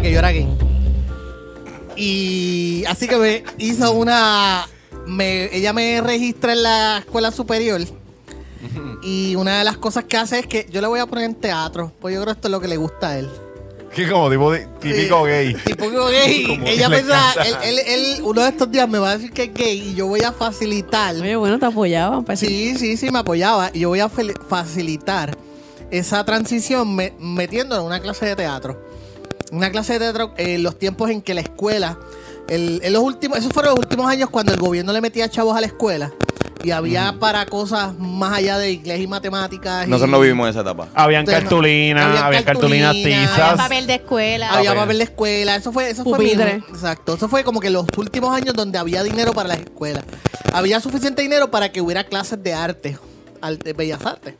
mayor aquí. Y así que me hizo una. me- ella me registra en la escuela superior. Y una de las cosas que hace es que yo le voy a poner en teatro. Pues yo creo que esto es lo que le gusta a él. Que como tipo de- típico Sí. gay. Tipo que gay. Como ella que le pensaba, él, encanta. él, él uno de estos días me va a decir que es gay y yo voy a facilitar. Oye, bueno, te apoyaban. Para Sí, sí, sí, me apoyaba. Y yo voy a fel- facilitar esa transición me- metiéndola en una clase de teatro. Una clase de teatro eh, en los tiempos en que la escuela, el- en los últimos, esos fueron los últimos años cuando el gobierno le metía chavos a la escuela y había para cosas más allá de inglés y matemáticas. y- Nosotros no vivimos esa etapa. Ah, Habían Ustedes no. cartulinas, Habían habían cartulinas cartulinas, tizas. habían papel de escuela. Había papel. papel de escuela, eso fue, eso fue Pupitre. mi- exacto, eso fue como que los últimos años donde había dinero para las escuelas. Había suficiente dinero para que hubiera clases de arte, arte bellas artes.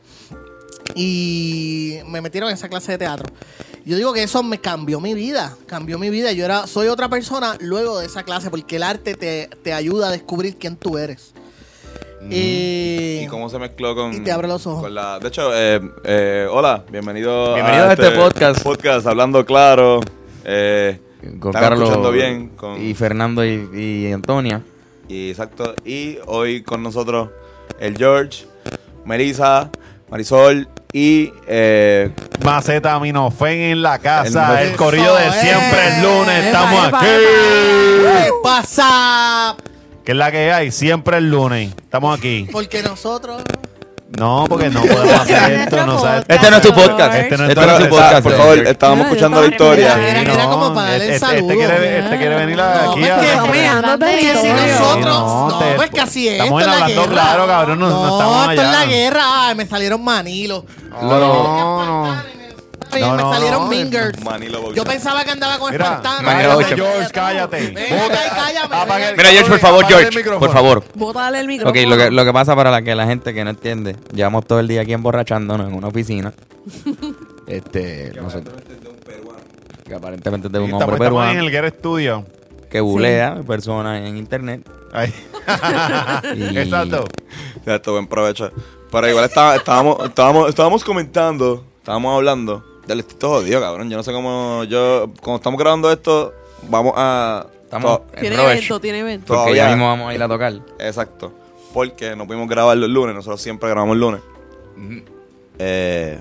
Y me metieron en esa clase de teatro. Yo digo que eso me cambió mi vida, cambió mi vida. Yo era, soy otra persona luego de esa clase, porque el arte te, te ayuda a descubrir quién tú eres. Eh, ¿Y cómo se mezcló con.? Y te abre los ojos. con la- de hecho, eh, eh, hola, bienvenido. Bienvenido a este podcast. Podcast hablando claro. Eh, Con estamos escuchando Carlos bien. Con, y Fernando y, y Antonia. y exacto. Y hoy con nosotros el George, Melissa, Marisol y. eh, Macetaminofen en la casa. El- El, corrillo de Eso, siempre, eh. el lunes, Epa, estamos epa, aquí. ¿Qué pasa? Que es la que hay, siempre el lunes. Estamos aquí. Porque nosotros... No, porque no podemos hacer esto. No sabes. Este no es tu podcast. George. Este no es Este tu- no es tu está- podcast. Por favor, eh. George. estábamos No, escuchando yo la estaba historia. Era- era como para darle el este, este saludo. quiere, este quiere venir No, aquí pues a- que Dios mío, no te Que ríes, si Dios mío. nosotros. No, No, te- pues que así es. estamos esto es la hablando guerra. claro, cabrón, no- no estamos esto es allá. la guerra. Ay, me salieron manilos. Oh. No, no. Ay, Ah. No, me no, salieron no. mingers. Manilo Bobby. Yo pensaba que andaba con Mira, espartanos. Manilo cállate, Ocho. George, cállate. Ven, ven, cállame, Apaga ven. el- Mira, George, por favor, Apaga el George. micrófono. Por favor. Bótale el micrófono. Ok, lo que, lo que pasa para la que la gente que no entiende, llevamos todo el día aquí emborrachándonos en una oficina. este, nosotros. Que aparentemente es de un Estamos, estamos hombre en peruano el Guerra Studio. que bulea personas en internet. Ahí. Y- Exacto. Exacto, buen provecho. Pero igual está- estábamos, estábamos, estábamos comentando, estábamos hablando del estilo jodido, cabrón. Yo no sé cómo yo, cuando estamos grabando esto, vamos a... Estamos to- en Tiene Roche. evento, tiene evento. Porque Todavía. ya mismo vamos a ir a tocar. Exacto. Porque no pudimos grabar los lunes, nosotros siempre grabamos el lunes. Eh,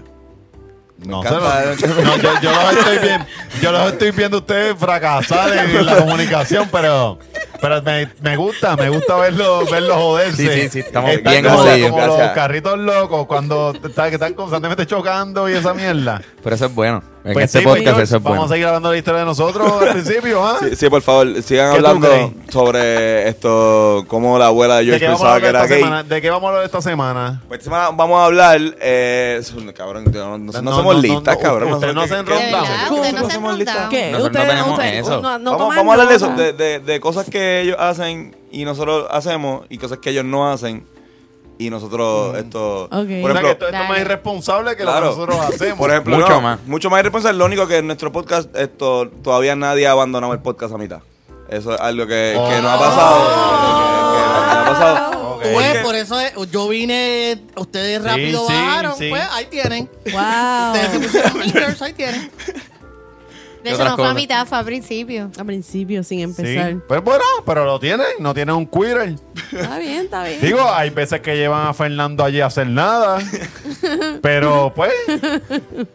No, Me encanta. se lo- no, yo, yo los estoy viendo, yo los estoy viendo a ustedes fracasar en, en la comunicación, pero, pero me, me gusta, me gusta verlo, verlo joderse. Sí, sí, sí, estamos Están bien como, jodidos, como los gracias. carritos locos cuando está- que están constantemente chocando y esa mierda. Pero eso es bueno. En Pues este sí, podcast señor, eso es vamos bueno. a seguir hablando de la historia de nosotros al principio, ¿ah? sí, sí, por favor, sigan ¿Qué tú hablando crees? sobre esto, cómo la abuela de ¿De qué vamos George a pensaba que hablar era esta gay. semana? ¿De qué vamos a hablar esta semana? Pues esta semana vamos a hablar, eh, cabrón, no, no- no No, somos no, no, listas, no, cabrón. ustedes no se ¿Qué- qué- De enrondan. verdad, qué- ustedes no qué- se han somos listas? rondado. ¿Qué? Nosotros Ustedes- tenemos ustedes- eso. No, Ah, no vamos, toman vamos a hablar de eso, nota. de, de- de cosas que ellos hacen y nosotros hacemos y cosas que ellos no hacen y nosotros esto... Ok. Por O sea, Mm. que ejemplo, esto, esto es más Dale. irresponsable que Claro. lo que nosotros hacemos. por ejemplo Mucho no, más. mucho más irresponsable. Lo único que en nuestro podcast esto todavía nadie ha abandonado el podcast a mitad. Eso es algo que, que Oh. no ha pasado. que- que no- que no Oh. ha pasado. Ok. Pues, Porque- por eso es- yo vine, ustedes Sí, rápido sí, bajaron, sí. pues ahí tienen. Ustedes se Wow. pusieron fingers, ahí tienen. De hecho, otras no fue a cosas? mitad, fue a principio. A principio, sin Sí. empezar. Pues bueno, pero lo tienen, no tienen un quitter. Está bien, está bien. Digo, hay veces que llevan a Fernando allí a hacer nada. pero pues,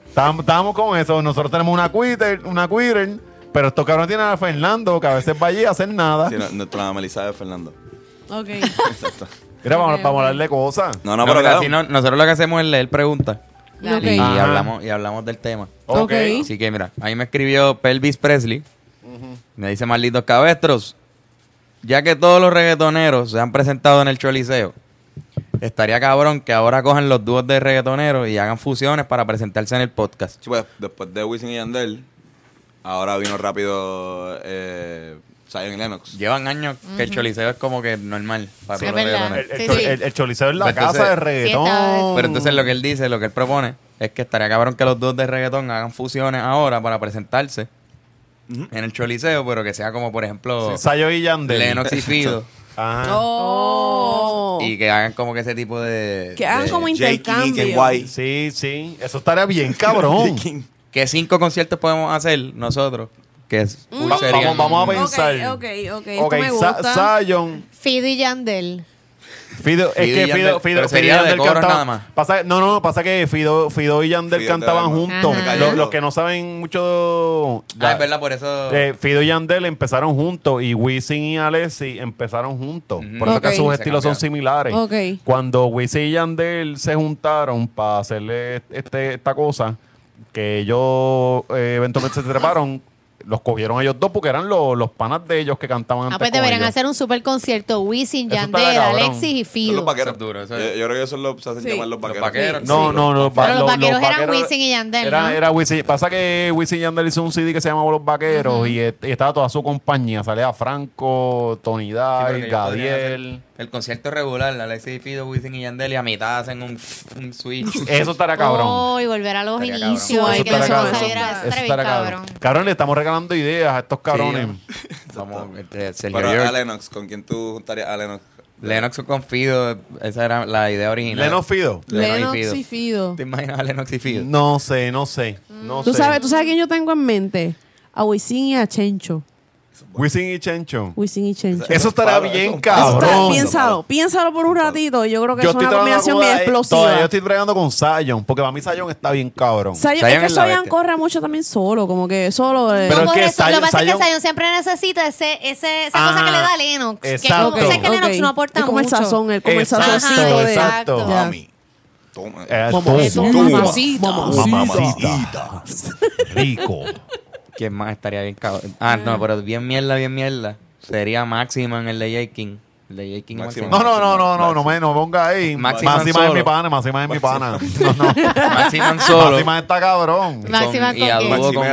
estábamos con eso. Nosotros tenemos una quitter, una quitter, pero estos cabrones tienen a Fernando, que a veces va allí a hacer nada. Sí, no- nuestra Melissa de Fernando. Ok. Exacto. Mira, vamos, Ok, vamos a ok. hablarle cosas. No, No, no, pero pero claro. casi no- nosotros lo que hacemos es leer preguntas. Dale. Y, Ajá. hablamos, y hablamos del tema. Ok. Ok. Así que mira, ahí me escribió Pelvis Presley. Me dice Marlitos Cabestros. Ya que todos los reggaetoneros se han presentado en el Choliseo, estaría cabrón que ahora cojan los dúos de reggaetoneros y hagan fusiones para presentarse en el podcast. Sí, pues, después de Wisin y Yandel, ahora vino rápido eh, Zion y Lennox. Llevan años que el Choliseo es como que normal para Sí, los es verdad. El, reggaetoneros. el Sí, cho- sí. el- el choliseo es la Pero entonces- casa de reggaetón. Sí, está- Pero entonces lo que él dice, lo que él propone, es que estaría cabrón que los dos de reggaetón hagan fusiones ahora para presentarse en el Choliseo, pero que sea como, por ejemplo, Sayo y Yandel. Lennox y Fido, Ajá. Oh. y que hagan como que ese tipo de... Que hagan de- como intercambio. KY. Sí, sí. Eso estaría bien, cabrón. ¿Qué cinco conciertos podemos hacer nosotros que es Mm. full Ah, Va- serial. vamos, vamos a pensar. Ok, ok, ok. Esto me Sa- gusta. Zion. Fido y Yandel. Fido, es Fido que y Yandel, Fido, Fido, pero Fido y sería de Yandel coros cantaban. nada más. pasa- no, no, pasa que Fido, Fido y Yandel Fido cantaban Yandel, juntos. Ajá. Los, los que no saben mucho. Ah, la- es verdad, por eso. eh, Fido y Yandel empezaron juntos y Wisin y Alessi empezaron juntos. Ujú. Por eso Ok. que sus Se estilos son cambiaron. similares. Ok. Cuando Wisin y Yandel se juntaron para hacerle este, esta cosa, que ellos eh, eventualmente se treparon, los cogieron a ellos dos porque eran los, los panas de ellos que cantaban antes. Ah, pues con deberían ellos. hacer un super concierto. Wisin, Eso está Yandel, cabrón. Alexis Son y los Fido. vaqueros. Eso es duro, eso yo, es- yo creo que esos los, se hacen Sí. llamar los Los vaqueros. vaqueros. No, Sí. no, no. Pero los vaqueros eran Wisin y Yandel, Era, ¿no? era Wisin. Pasa que Wisin y Yandel hizo un CD que se llamaba Los Vaqueros y, et- y estaba toda su compañía. Salía Franco, Tony Dice, Sí, porque ellos podrían Gadiel. hacer El concierto regular, Alexis y Fido, Wisin y Yandel, y a mitad hacen un, un switch. Eso estará cabrón. Oh, y volver a los Estaría inicios. cabrón. Ay, eso que la estará eso cosa cabrón. saliera. Eso Eso estaría estará bien cabrón. cabrón. Cabrón, le estamos regalando ideas a estos cabrones. Vamos, este, Sergio Pero a York. Lennox, ¿con quién tú juntarías a Lennox? Lennox con Fido, esa era la idea original. Leno Fido. Lennox Lennox y Fido. y Fido. ¿Te imaginas a Lennox y Fido? No sé, no sé. No ¿Tú sé. sabes, ¿Tú sabes quién yo tengo en mente? A Wisin y a Chencho. Wisin y Chencho. Wisin y Chencho. Eso estará Pablo, bien Eso eso es un está- cabrón. palo. piénsalo, piénsalo por un ratito. Yo creo que es una trabajando combinación con- bien eh, explosiva. todavía yo estoy bregando con Zion, porque para mí Zion está bien cabrón. Zion- Zion es que es la Soyan bestia. corre mucho también solo, como que solo. eh, Pero No es coge que eso. Lo Zion- que pasa es Zion- que Zion siempre necesita ese, ese, esa cosa que le da Lennox. Que exacto. como- o sea, es que ok. Lennox no aporta Es como mucho. el sazón, el, como el Exacto, sazoncito de. exacto. Ya. Mami. Toma. Eh, Mamacita. toma. Toma. Mamacita. Mamacita. Rico. ¿Quién más estaría bien cabrón? Ah, no, pero bien mierda, bien mierda. Sería Maximan el de J. King. El de J. King Maximan. No, no, no, no, no, no me no ponga ahí. Máxima Máxima, es solo. mi pana, máxima es mi pana. No, no. Maximan solo. Máxima está cabrón. Con- Maximan y a con dúo quién?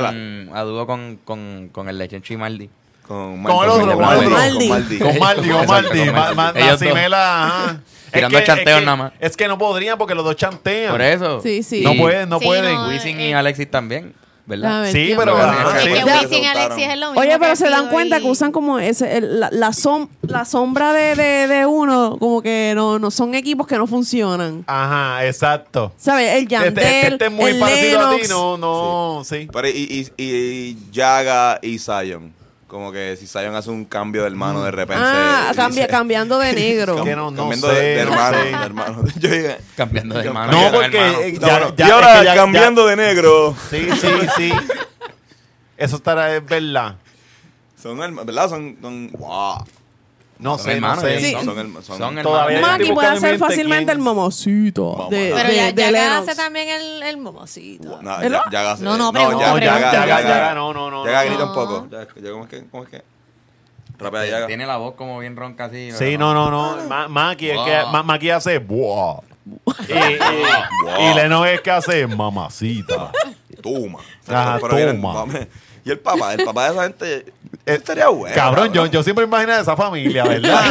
con, a dúo con, con, con el de Chencho y Maldi. Con, Con el otro, Maldi. con el otro. Maldi. Con Maldi, con Exacto, Maldi. con Ma- ma- Maldi. Ellos dos. Nacimela, ajá. Es Tirando que- es chanteos que- nada más. Es que no podrían porque los dos chantean. Por eso. Sí, sí. No Y pueden, no Sí, pueden. no, Wisin eh, y Alexis también, A ¿verdad? ver, Ah, Sí, ¿quién pero. más? ajá, Es sí. que Ya. Wisin y Alexis es lo mismo. Oye, pero que se dan Fido cuenta y- que usan como ese, el- la, la som- la sombra de, de- de uno, como que no, no son equipos que no funcionan. Ajá, exacto. ¿Sabes? El Este, Yandel, este- este es muy el parecido a ti, Lennox. no, no, sí. Pero y, y, y Yaga y Zion. Como que si Zion hace un cambio de hermano de repente. Ah, y cambia- se- cambiando de negro. Que no, no cambiando sé, de, de no hermano. sé. de hermano. Yo dije, Cambiando de hermano. No, Cambiando de porque hermano. eh, no, ya- no. ya- y es ahora que ya- ya- cambiando de negro. Sí, sí, sí. Eso estará, es verdad. Son hermanos, ¿verdad? Son. son wow. No Son sé, no hermanos, sé. ellos Sí. Son herma- son- son Todavía hermanos. Maki estoy buscando puede en hacer mente fácilmente quién. el mamacito Vamos de, a ver. Pero de- ya, de ya que Lennox. hace también el, el momocito. No, ¿Verdad? Ya- Yaga se- No, no, pregunta, Yaga- pregunta. Yaga- Yaga, Yaga- Yaga, no, no, no, Yaga no. grita un No. poco. Yaga- Yaga, ¿Cómo es que? ¿Cómo es que? Rapea Yaga. Tiene la voz como bien ronca así. Sí, no, no, no. Ma- Ah. Maki es Wow. que Ma- Maki hace buah. Y, y, Wow. y Lennox es que hace mamacita. Toma. Ajá, Pero viene- Ah, toma. vamos. Y el papá, el papá de esa gente. Estaría bueno. Cabrón, yo, yo siempre imaginaba esa familia, ¿verdad?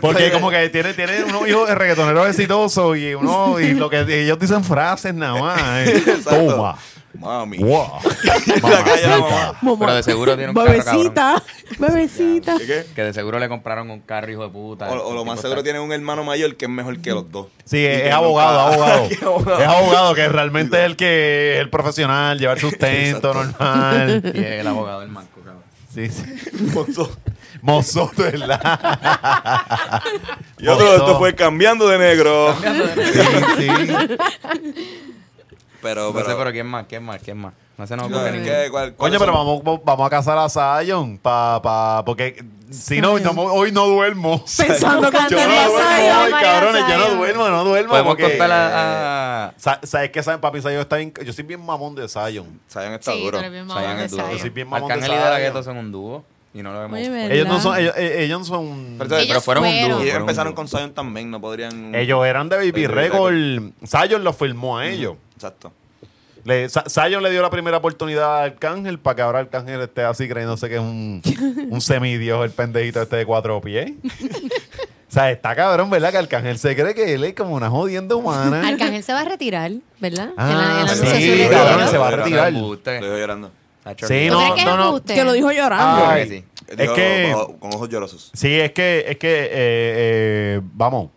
Porque como que tiene, tiene unos hijos de reggaetoneros exitosos y uno y lo que ellos dicen frases nada más. ¿eh? Exacto. Toma. Mami. Buah. La calle de la mamá. mamacita. Mamá- Pero de seguro tiene un carro, Bebecita, bebecita. ¿Qué, qué? Que de seguro le compraron un carro, hijo de puta. O, o lo más seguro tiene un hermano mayor que es mejor que los dos. Sí, es, Y que es abogado, nunca- abogado. Que es abogado. Es abogado que realmente es el que es el profesional, llevar sustento Exacto. normal. Y el abogado del manco, cabrón. Sí, sí. Mozo. Mozo, de ¿verdad? Y otro, Mozo. esto fue cambiando de negro. Sí, sí. Pero, No sé, pero. pero ¿quién más? ¿Quién más? ¿Quién más? No se nos ocurre ¿qué- ninguno. qué- cuál- Coño, cuáles pero son? vamos, vamos a casar a Zion pa, pa, porque si no, Zion. no, hoy no duermo. Pensando que Yo no antes duermo Zion. hoy, María cabrones. Yo no Zion. duermo, no duermo. Podemos porque- contar a... a- Sa- ¿Sabes qué, saben, papi? Zion está bien. Yo soy bien mamón de Zion. Zion está Sí, tú duro. eres bien Zion mamón de es duro. Yo soy Zion. bien mamón de Arcángel y De La Zion. Gueto son un dúo. Y no lo vemos. Oye, ¿verdad? Ellos no son. Ellos, eh, ellos no son. Pero Ellos pero fueron un fueron. dúo. Y ellos fueron un empezaron dúo. con Zion también, no podrían. Ellos eran de Baby Baby Record. Zion los firmó a ellos. Exacto. Le, Sa- Zion le dio la primera oportunidad a Arcángel para que ahora Arcángel esté así creyéndose que es un, un semidios el pendejito este de cuatro pies. o sea, está cabrón, ¿verdad? Que Arcángel se cree que él es como una jodienda humana. Arcángel se va a retirar, ¿verdad? En la- Ah, en la sí, luz azul de claro, Toro. cabrón, se va a retirar. Embuste. Estoy llorando. Nacho, Sí, yo- no, ¿Tú crees que no, es no. embuste? Que lo dijo llorando. Ay. Yo creo que sí. Es que- Con, con ojos llorosos. Sí, es que, es que eh, eh, vamos,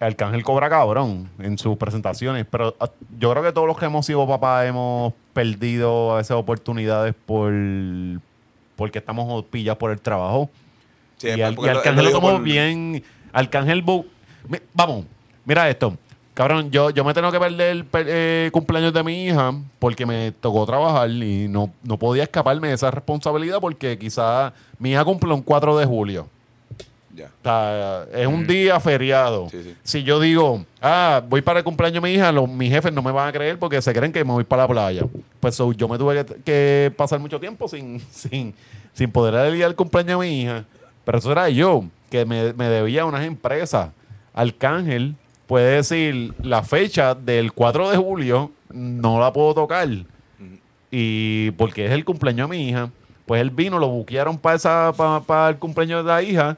Arcángel cobra cabrón en sus presentaciones, pero ah, yo creo que todos los que hemos sido papá hemos perdido a veces oportunidades por porque estamos jod- pillados por el trabajo. Sí, y, es al, porque y él- él Arcángel lo dijo tomó por- bien. Arcángel. bu- mi- Vamos, mira esto. Cabrón, yo, yo me tengo que perder el pe- eh, cumpleaños de mi hija porque me tocó trabajar y no, no podía escaparme de esa responsabilidad porque quizá mi hija cumple un 4 de julio. Ya. O sea, es un día feriado. Sí, sí. Si yo digo, ah, voy para el cumpleaños de mi hija, los, mis jefes no me van a creer porque se creen que me voy para la playa. Pues so, yo me tuve que, que pasar mucho tiempo sin, sin, sin poder ir al día del cumpleaños de mi hija. Pero eso era yo, que me, me debía a unas empresas. Arcángel puede decir la fecha del 4 de julio, no la puedo tocar. Y porque es el cumpleaños de mi hija, pues él vino, lo buquearon para esa, para, el cumpleaños de la hija.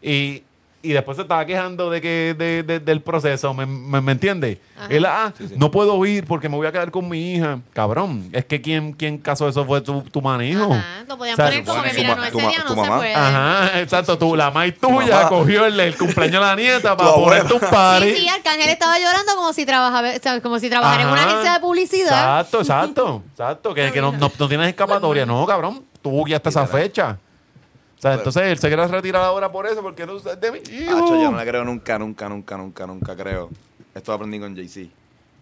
Y, y después se estaba quejando de que de- de- del proceso, ¿me, me, me entiende? Él, ah, no puedo ir porque me voy a quedar con mi hija. Cabrón, es que quien, quien casó eso fue tu, tu manejo. Ajá, lo podían O sea, poner como que, tu mira, ma- no, ese tu ma- día no tu se mamá. puede. Ajá, exacto. Tú, la maíz tuya mamá. cogió el, el cumpleaños de la nieta para Tu poner abuela. tu party. Sí, sí, Arcángel estaba llorando como si trabajara, o sea, como si trabajara en una Ajá. agencia de publicidad. Exacto, exacto. Exacto. Que, que no, no, no tienes escapatoria. No, cabrón. Tú buqueaste esa fecha. O sea, entonces él se quiere retirar ahora por eso, porque no es de mi hijo. Hacho, yo no la creo nunca, nunca, nunca, nunca, nunca creo. Esto lo aprendí con Jay-Z.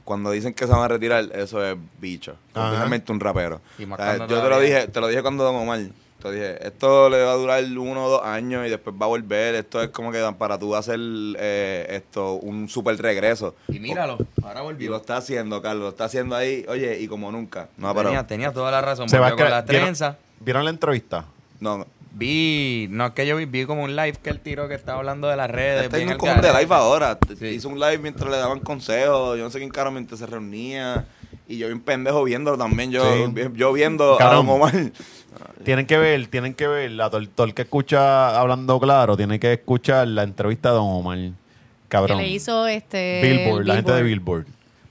Cuando dicen que se van a retirar, eso es bicho. Ajá. Realmente un rapero. Y O más sea, cuando yo te lo todavía- dije, te lo dije cuando Don Omar. Te dije, esto le va a durar uno o dos años y después va a volver. Esto es como que para tú hacer eh, esto, un super regreso. Y míralo, ahora Y lo volvió. está haciendo, Carlos. Lo está haciendo ahí, oye, y como nunca. No, Tenía, pero. tenía toda la razón. Se va a volvió con cre- las ¿Vieron- trenzas. ¿Vieron la entrevista? No, no. Vi, no es que yo vi, vi como un live que él tiró que estaba hablando de las redes. Está bien en Este un al cojón de garete. live ahora. Sí. Hizo un live mientras le daban consejos. Yo no sé quién caro mientras se reunía. Y yo vi un pendejo viéndolo también. Yo, Sí. vi- yo viendo a Cabrón. Don Omar. Tienen que ver, tienen que ver. La, todo, el- todo el que escucha hablando claro tiene que escuchar la entrevista de Don Omar. Que Cabrón. le hizo este. Billboard, el la gente de Billboard.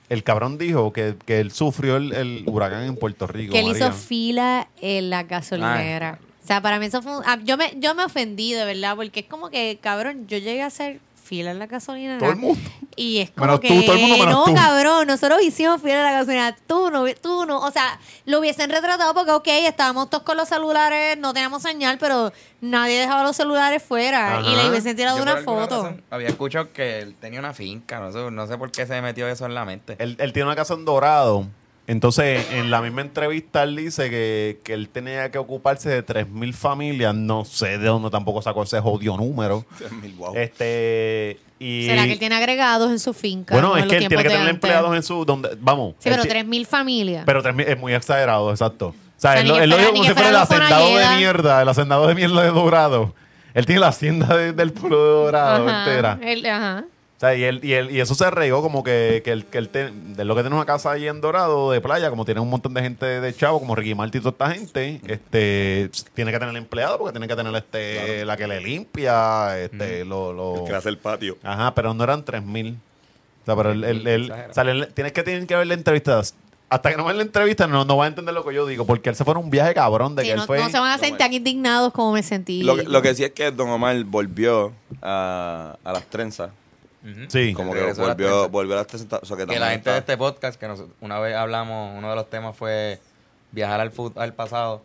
El cabrón dijo que, que él sufrió el, el huracán en Puerto Rico. Que él hizo María. Ah. fila en la gasolinera. O sea, para mí eso fue. un- ah, yo, me, yo me ofendí, de verdad, porque es como que, cabrón, yo llegué a hacer fila en la gasolinera. Todo el mundo. Y es como Menos tú, que. todo el mundo menos no, tú". cabrón, nosotros hicimos fila en la gasolinera. Tú no, tú no. O sea, lo hubiesen retratado porque, ok, estábamos todos con los celulares, no teníamos señal, pero nadie dejaba los celulares fuera. Ajá. Y le hubiesen tirado Yo por una alguna foto. razón había escuchado que él tenía una finca, no sé, no sé por qué se me metió eso en la mente. Él, él tiene una casa en Dorado. Entonces, en la misma entrevista, él dice que, que él tenía que ocuparse de 3.000 familias. No sé de dónde tampoco sacó ese jodido número. Mil guau. Este, y, ¿Será que él tiene agregados en su finca? bueno, como es en que los él tiene que tiempos de tener antes? empleados en su... Donde, vamos. Sí, él pero ti- 3.000 familias. pero 3.000 es muy exagerado, exacto. O sea, O sea, él, ni lo- que él lo fuera- dijo ni como que si fuera el fuera los hacendado de Fonalleda. mierda, el hacendado de mierda de Dorado. Él tiene la hacienda de- del pueblo de Dorado entera. Ajá, él- ajá. O sea, y, él, y, él- y eso se regó como que, que él, que él te- de lo que tiene una casa ahí en Dorado de playa, como tiene un montón de gente de chavo, como Ricky Martin y toda esta gente, este, tiene que tener empleado porque tiene que tener este, la que le limpia, este, lo, lo- El que le hace el patio. Ajá, pero no eran 3.000. O sea, pero él, él- él- Exagerado. o sea, él- tienes que, tienen que ver la entrevista. Hasta que no vean la entrevista no, no va a entender lo que yo digo, porque él se fue en un viaje cabrón de Sí, que él no, fue... no se van a sentir tan indignados como me sentí. Lo, que- lo que sí es que Don Omar volvió a, a las trenzas. Sí. Como que Regresó a las volvió, trenzas. volvió a las trenzas. O sea, que que también la gente está- de este podcast, que nos- una vez hablamos, uno de los temas fue viajar al, fut- al pasado.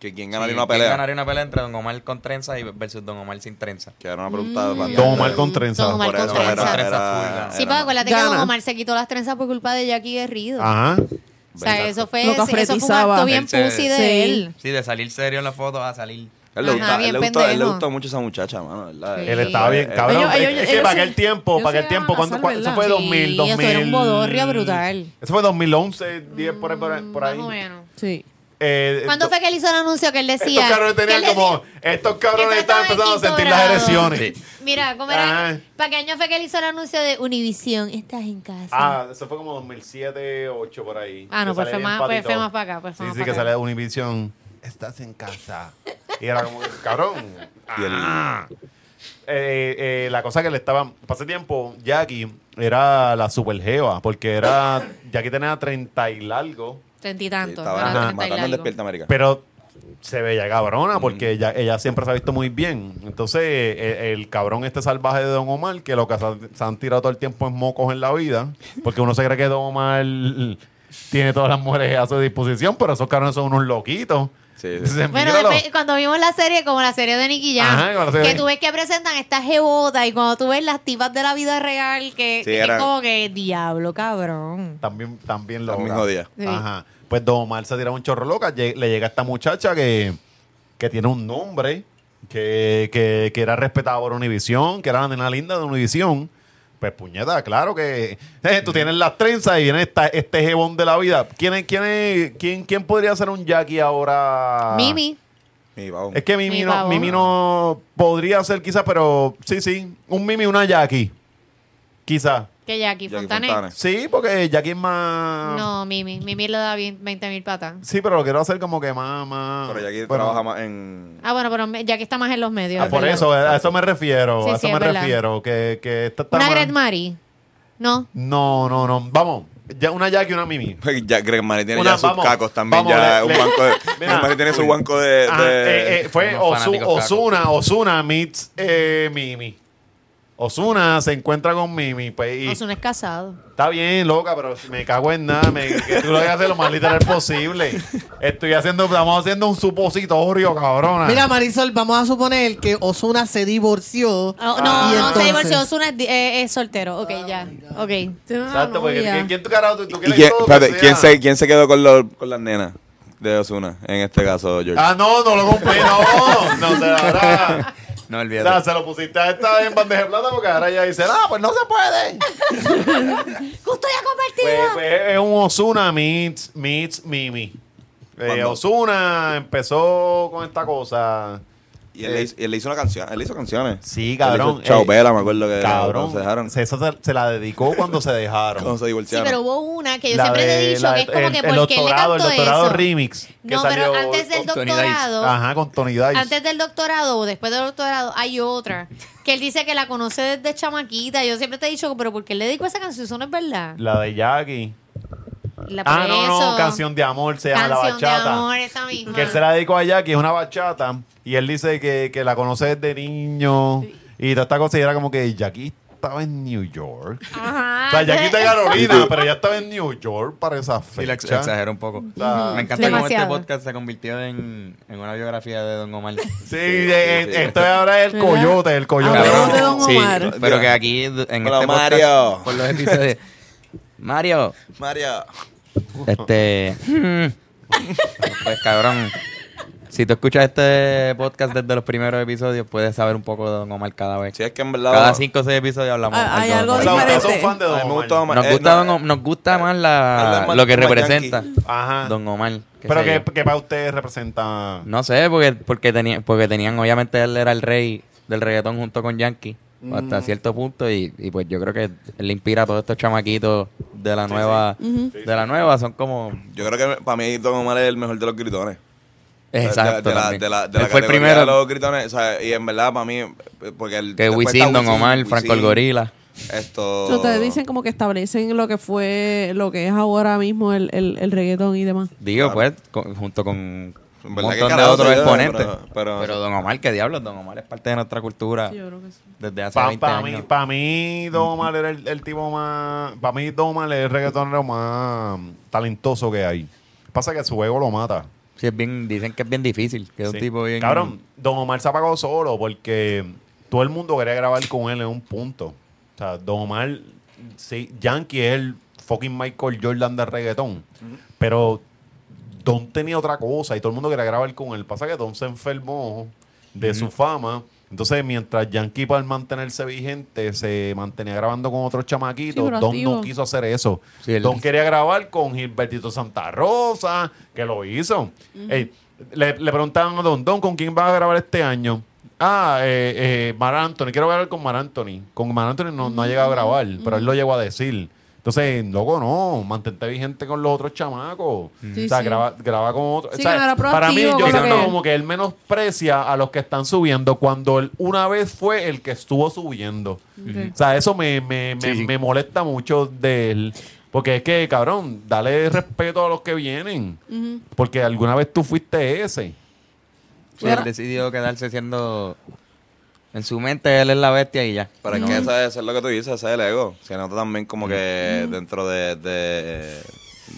Que quién ganaría Sí, una ¿quién pelea. ganaría una pelea entre Don Omar con trenza y versus Don Omar sin trenza? Que era una pregunta bastante- Don Omar con trenza. Don Omar Por con eso trenza. era- Trenza era- full, gana. Sí, era- pero acuérdate que Gana. Don Omar se quitó las trenzas por culpa de Jackie Guerrido. Ajá. o sea, Exacto. eso fue, Lo que eso fue un afretizaba. acto bien Él se- pussy de Sí. él. Sí, de salir serio en la foto a salir. Él le Ajá, gusta- él bien le gusta- él le pendejo. gusta mucho esa muchacha, mano. ¿verdad? Sí. Él estaba bien, Eh, cabrón. Ellos- Es- ellos- es que ellos para se- aquel tiempo, ellos para se aquel tiempo, iban a ¿cuándo, casar, cuándo- eso ¿verdad? fue Sí, 2000, eso 2000. era un bodorrio brutal. Mm, Eso fue 2011, 10 por ahí. Por ahí, por ahí. Más o menos. Sí. Eh, ¿Cuándo esto- fue que él hizo el anuncio que él decía? Estos cabrones que él tenían decía- como. Estos que cabrones él estaban empezando estaba en a quinto sentir las grado? erecciones. Mira, ¿cómo Ajá. era? ¿Para qué año fue que él hizo el anuncio de Univisión? Estás en casa. Ah, eso fue como 2007, 8 por ahí. Ah, no, Que pues sale fue bien más- pues patito. fue más para acá, pues sí, fue más sí, para que acá. sale de Univision. Estás en casa. Y era como, cabrón. Y el- Ah. Eh, eh, la cosa que le estaba. Pasé tiempo, Jackie era la super jeva, porque era. Jackie tenía 30 y largo. Treinta y Sí, tanto. Estaba era Ajá. treinta y matando el largo. Despierta América. Pero se veía Mm. cabrona porque ella, ella siempre se ha visto muy bien. Entonces, eh, el, cabrón este salvaje de Don Omar, que lo que se, han- se han tirado todo el tiempo es mocos en la vida, porque uno se cree que Don Omar tiene todas las mujeres a su disposición, pero esos cabrones son unos loquitos. Sí, sí. Bueno, Desempiétalo. después, cuando vimos la serie, como la serie de Nicky Jam, Ajá, como la serie que de- tú ves que presentan estas jebotas y cuando tú ves las tipas de la vida real, que, Sí, que es eran- como que, diablo, cabrón. También, también loca. También jodida. Sí. Ajá. Pues Don Omar se tira un chorro loca. Lle- Le llega esta muchacha que, que tiene un nombre, que, que, que era respetada por Univisión, que era la nena linda de Univisión. Pues puñeta, claro que eh, tú tienes las trenzas y viene esta, este jebón de la vida. ¿Quién, es- quién, es- quién, quién podría ser un Jackie ahora? Mimi. Y vamos. Es que Mimi, Mi no, pavón. Mimi no podría ser quizás, pero sí, sí. Un Mimi, una Jackie. Quizás. Que Jackie, Jackie Fontanet. Fontanes. Sí, porque Jackie es más... No, Mimi. Mimi le da 20 mil patas. Sí, pero lo quiero hacer como que más... más- Pero Jackie bueno, trabaja más en. Ah, bueno, pero me- Jackie está más en los medios. ah, es por verdad. eso, a eso me refiero. Sí, a sí, eso es me verdad. refiero. Que, que esta está Una más- Gret Mari. No. No, no, no. Vamos. Ya, una Jackie y una Mimi. Ya, Greg Mari tiene Una- ya sus vamos, cacos también. vamos, ya le- un le- banco de. Mira. Greg Mari tiene su banco de. Ajá, de- eh, eh, fue Unos Ozu- fanáticos cacos. Ozuna, Ozuna meets eh, Mimi. Ozuna se encuentra con Mimi. Pues, y- Ozuna es casado. Está bien, loca, pero me cago en nada. me- que tú lo hagas lo más literal posible. Estoy haciendo, estamos haciendo un supositorio, cabrona. Mira, Marisol, vamos a suponer que Osuna se divorció. Ah, Ah, no, y no, entonces- se divorció. Ozuna es, di- eh, es soltero. Ok, ya. Ok. Ah, Tiene una Exacto, porque novia. ¿quién, quién tú carajo tú, tú ¿Y quieres quién, todo que espérate, sea- ¿quién, se, ¿Quién se quedó con, los- con las nenas de Osuna? En este caso, George. Ah, no, no lo compré, no. No se ahora. No O sea, olvides. se lo pusiste a esta en bandeja de plata porque ahora ella dice, ah, pues no se puede. ¡Custodia Pues, compartida! pues, es un Osuna meets, meets Mimi. Eh, ¿Cuándo? Osuna empezó con esta cosa. Y él, le hizo, y él le hizo una canción. Él le hizo canciones. eh. Sí, Él cabrón, hizo Chao eh, Vela, me acuerdo que. Cabrón. Se dejaron. Se- eso se, se la dedicó cuando se dejaron. Cuando se Sí, divorciaron. pero hubo una que yo La siempre te de- he dicho la de- que es como el- que el ¿por qué le doctorado, el cantó doctorado eso? remix, que no, pero salió antes del con Tony Dice. doctorado, Ajá, con Tony Dice. antes del doctorado o después del doctorado, hay otra que él dice que la conoce desde chamaquita. Yo siempre te he dicho, pero ¿por qué le dedicó esa canción? Eso no es verdad. La de Jackie. La, Ah, por no, no, eso. Canción de Amor se llama Canción la de bachata. amor, esa misma. Que él se la dedicó a Jackie, es una bachata. Y él dice que, que la conoce desde niño. Y toda esta cosa y era como que Jackie estaba en New York. Ajá. Ah, O sea, Jackie está en Y Carolina, tú- pero ya estaba en New York para esa Sí, lo ex- fecha. exagero un poco. sea, Me encanta cómo este Demasiado. podcast se convirtió en, en una biografía de Don Omar. Sí, eh, eh, esto ahora es el ¿Verdad? coyote, el coyote. Hablamos de Cabrón. Don Omar. Sí, pero que aquí en este Hola, podcast, Mario. por los episodios. Mario, María. este. pues cabrón. Si tú escuchas este podcast desde los primeros episodios, puedes saber un poco de Don Omar cada vez. Sí, es que en verdad. Cada cinco o seis episodios hablamos. Ah, hay de algo Don O Omar. sea, ustedes son Diferente. fan de A mí Don me Omar. gustaba más. Nos eh, gusta, no, Don Om- nos gusta más la, Habla más lo que como yankee. Ah. representa Ajá. Don Omar. qué pero sé que, yo. que para ustedes representa. No sé, porque, porque, tenía, porque tenían, obviamente él era el rey del reggaetón junto con Yankee Mm. hasta cierto punto y, y pues yo creo que él inspira a todos estos chamaquitos de la nueva de la nueva son como Yo creo que para mí Don Omar es el mejor de los gritones. exacto De la, también. de la, de la él fue el categoría primero de los gritones. o sea, y en verdad, para mí. eh, Porque el. que después Wisin está Don Omar Franco el Wisin, Gorila Oh. Esto. So, te dicen como que establecen lo que fue, lo que es ahora mismo el, el, el reggaetón y demás. digo pues con- junto con un En verdad que montón de carajo, otros yo, exponentes pero- pero, pero- Don Omar qué diablos Don Omar es parte de nuestra cultura Sí, yo creo que sí. desde hace Para 20 mí, años pa' mí, Don Omar era el, el tipo más. Para mí, Don Omar es el reggaetonero más talentoso que hay. Pasa que su ego lo mata. Sí, es bien dicen que es bien difícil que es Sí. un tipo bien Cabrón, Don Omar se apagó solo porque todo el mundo quería grabar con él en un punto. O sea, Don Omar, sí, Yankee es el fucking Michael Jordan de reggaetón. Pero Don tenía otra cosa y todo el mundo quería grabar con él. Pasa que Don se enfermó de su fama. Entonces, mientras Yankee, para mantenerse vigente, se mantenía grabando con otros chamaquitos, Sí, pero Don no activo. quiso hacer eso. Sí, él- Don quería grabar con Gilbertito Santa Rosa, que lo hizo. Ey, le, le preguntaban a Don Don, ¿con quién vas a grabar este año? Ah, eh, eh, Mar Anthony, quiero grabar con Mar Anthony. Con Mar Anthony no, no ha llegado a Mm. grabar, pero él lo llegó a decir. Entonces, loco, no, mantente vigente con los otros chamacos. Sí, o sea, Mm. sí. graba, graba con otros. Sí, o sea, que no era para mí, proactivo, yo cosa siento que- como que él menosprecia a los que están subiendo cuando él una vez fue el que estuvo subiendo. Mm. O sea, eso me, me, me, Sí, sí. me molesta mucho de él. Porque es que, cabrón, dale respeto a los que vienen. Porque alguna vez tú fuiste ese. Sí, él decidió quedarse siendo. En su mente, él es la bestia y ya. Pero es que eso es, eso es lo que tú dices, ese es el ego. Se nota también como que dentro de, de,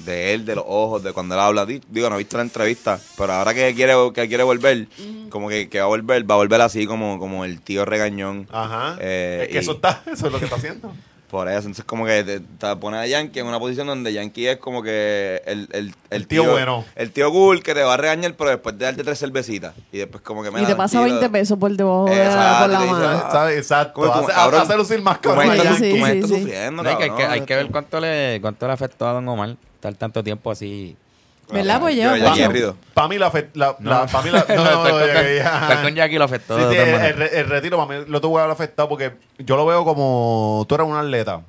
de él, de los ojos, de cuando él habla. Di- Digo, no he visto la entrevista, pero ahora que quiere, que quiere volver, como que, que va a volver, va a volver así como, como el tío regañón. Ajá. Eh, es que y- eso está, eso es lo que está haciendo. Por eso, entonces como que te, te pone a Yankee en una posición donde Yankee es como que el, el, El tío bueno. El tío cool que te va a regañar, pero después de darte tres cervecitas. Y después como que... Y te pasa 20 pesos por debajo de la, Exacto, por la te dice, mano. Ah. ¿Sabes? Exacto. Hace, hace lucir más como cabrón a estás- Yankee. Sí, tú me sí, estás sí. sufriendo, No, y que hay, cabrón, este. que, hay que ver esto- cuánto le, cuánto le afectó a Don Omar estar tanto tiempo así. ¿Verdad? Pues Yo lleva ya mucho. aguerrido. Para mí la... fe- la, la- pa' mí la- no, no, no, estar con, ya, ya, ya. estar con Jackie lo afectó. Sí, de sí, otra el, manera. el re- el retiro para mí lo tuvo que haber afectado porque yo lo veo como tú eres un atleta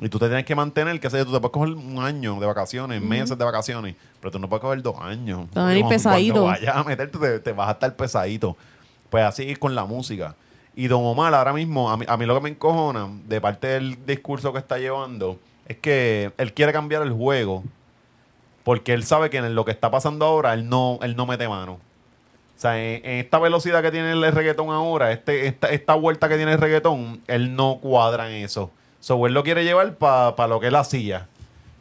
y tú te tienes que mantener, qué sé yo, tú te puedes coger un año de vacaciones, meses de vacaciones, pero tú no puedes coger dos años. Te vas a venir Cuando- pesadito. Cuando vayas a meterte, te, te vas a estar pesadito. Pues así es con la música. Y Don Omar ahora mismo, a mí, a mí lo que me encojona de parte del discurso que está llevando es que él quiere cambiar el juego porque él sabe que en lo que está pasando ahora él no, él no mete mano. O sea, en, en esta velocidad que tiene el reggaetón ahora, este, esta, esta vuelta que tiene el reggaetón, él no cuadra en eso. So, él lo quiere llevar para lo que él hacía.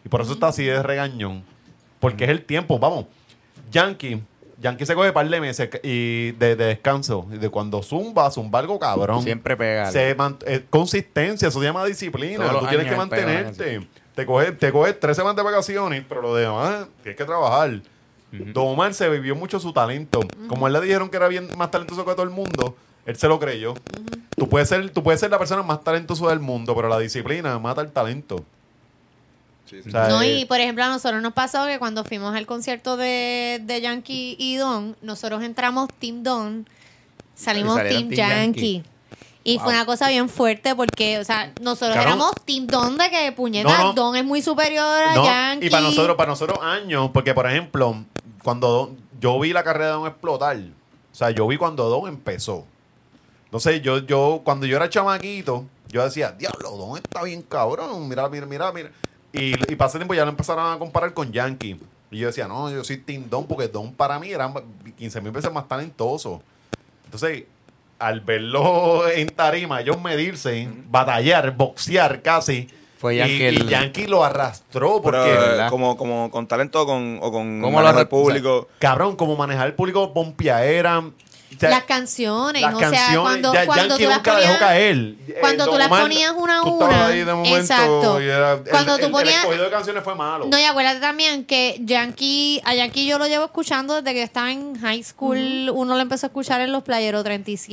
Y por eso está así de regañón. Porque es el tiempo, vamos. Yankee, Yankee se coge par de meses y de, de descanso. Y de cuando zumba, zumba algo cabrón. Siempre pega. algo. Se man- eh, consistencia, eso se llama disciplina. Todos Tú los tienes que años él pega una mantenerte. Te coges, te coges tres semanas de vacaciones, pero lo demás tienes que trabajar. Don Omar se vivió mucho su talento. Como él le dijeron que era bien más talentoso que todo el mundo, él se lo creyó. tú, puedes ser, tú puedes ser la persona más talentosa del mundo, pero la disciplina mata el talento. O sea, No, eh, y por ejemplo, a nosotros nos pasó que cuando fuimos al concierto de, de Yankee y Don, nosotros entramos Team Don, salimos Y salieron Team, Team Yankee. Yankee. Y Wow. fue una cosa bien fuerte porque, o sea, nosotros Cabrón. éramos Team Don de que puñeta, No, no. Don es muy superior a No, Yankee. Y para nosotros, para nosotros años, porque por ejemplo, cuando Don- yo vi la carrera de Don explotar, o sea, yo vi cuando Don empezó. Entonces, yo, yo, cuando yo era chamaquito, yo decía, diablo, Don está bien cabrón, mira, mira, mira, mira. Y, y pasé tiempo ya lo empezaron a comparar con Yankee. Y yo decía, no, yo soy Team Don, porque Don para mí era 15 mil veces más talentoso. Entonces, al verlo en tarima, ellos medirse, batallar, boxear casi. Fue y- Yankee y, el- Yankee lo arrastró porque, Pero, eh, ¿verdad? como, como con talento o con, o con ¿Cómo lo manejo re- del público. cabrón, como manejar el público pompiaera. o sea, las canciones, las o sea, canciones, cuando, ya- cuando Yankee tú las nunca ponías, dejó caer. Eh, cuando tú Don las Omar, ponías una a tú estabas una, ahí de momento exacto. y era- el- Cuando tú el- el ponías- escogido de canciones fue malo. No, y acuérdate también que Yankee, a Yankee yo lo llevo escuchando desde que estaba en high school. Uno lo empezó a escuchar en los Playeros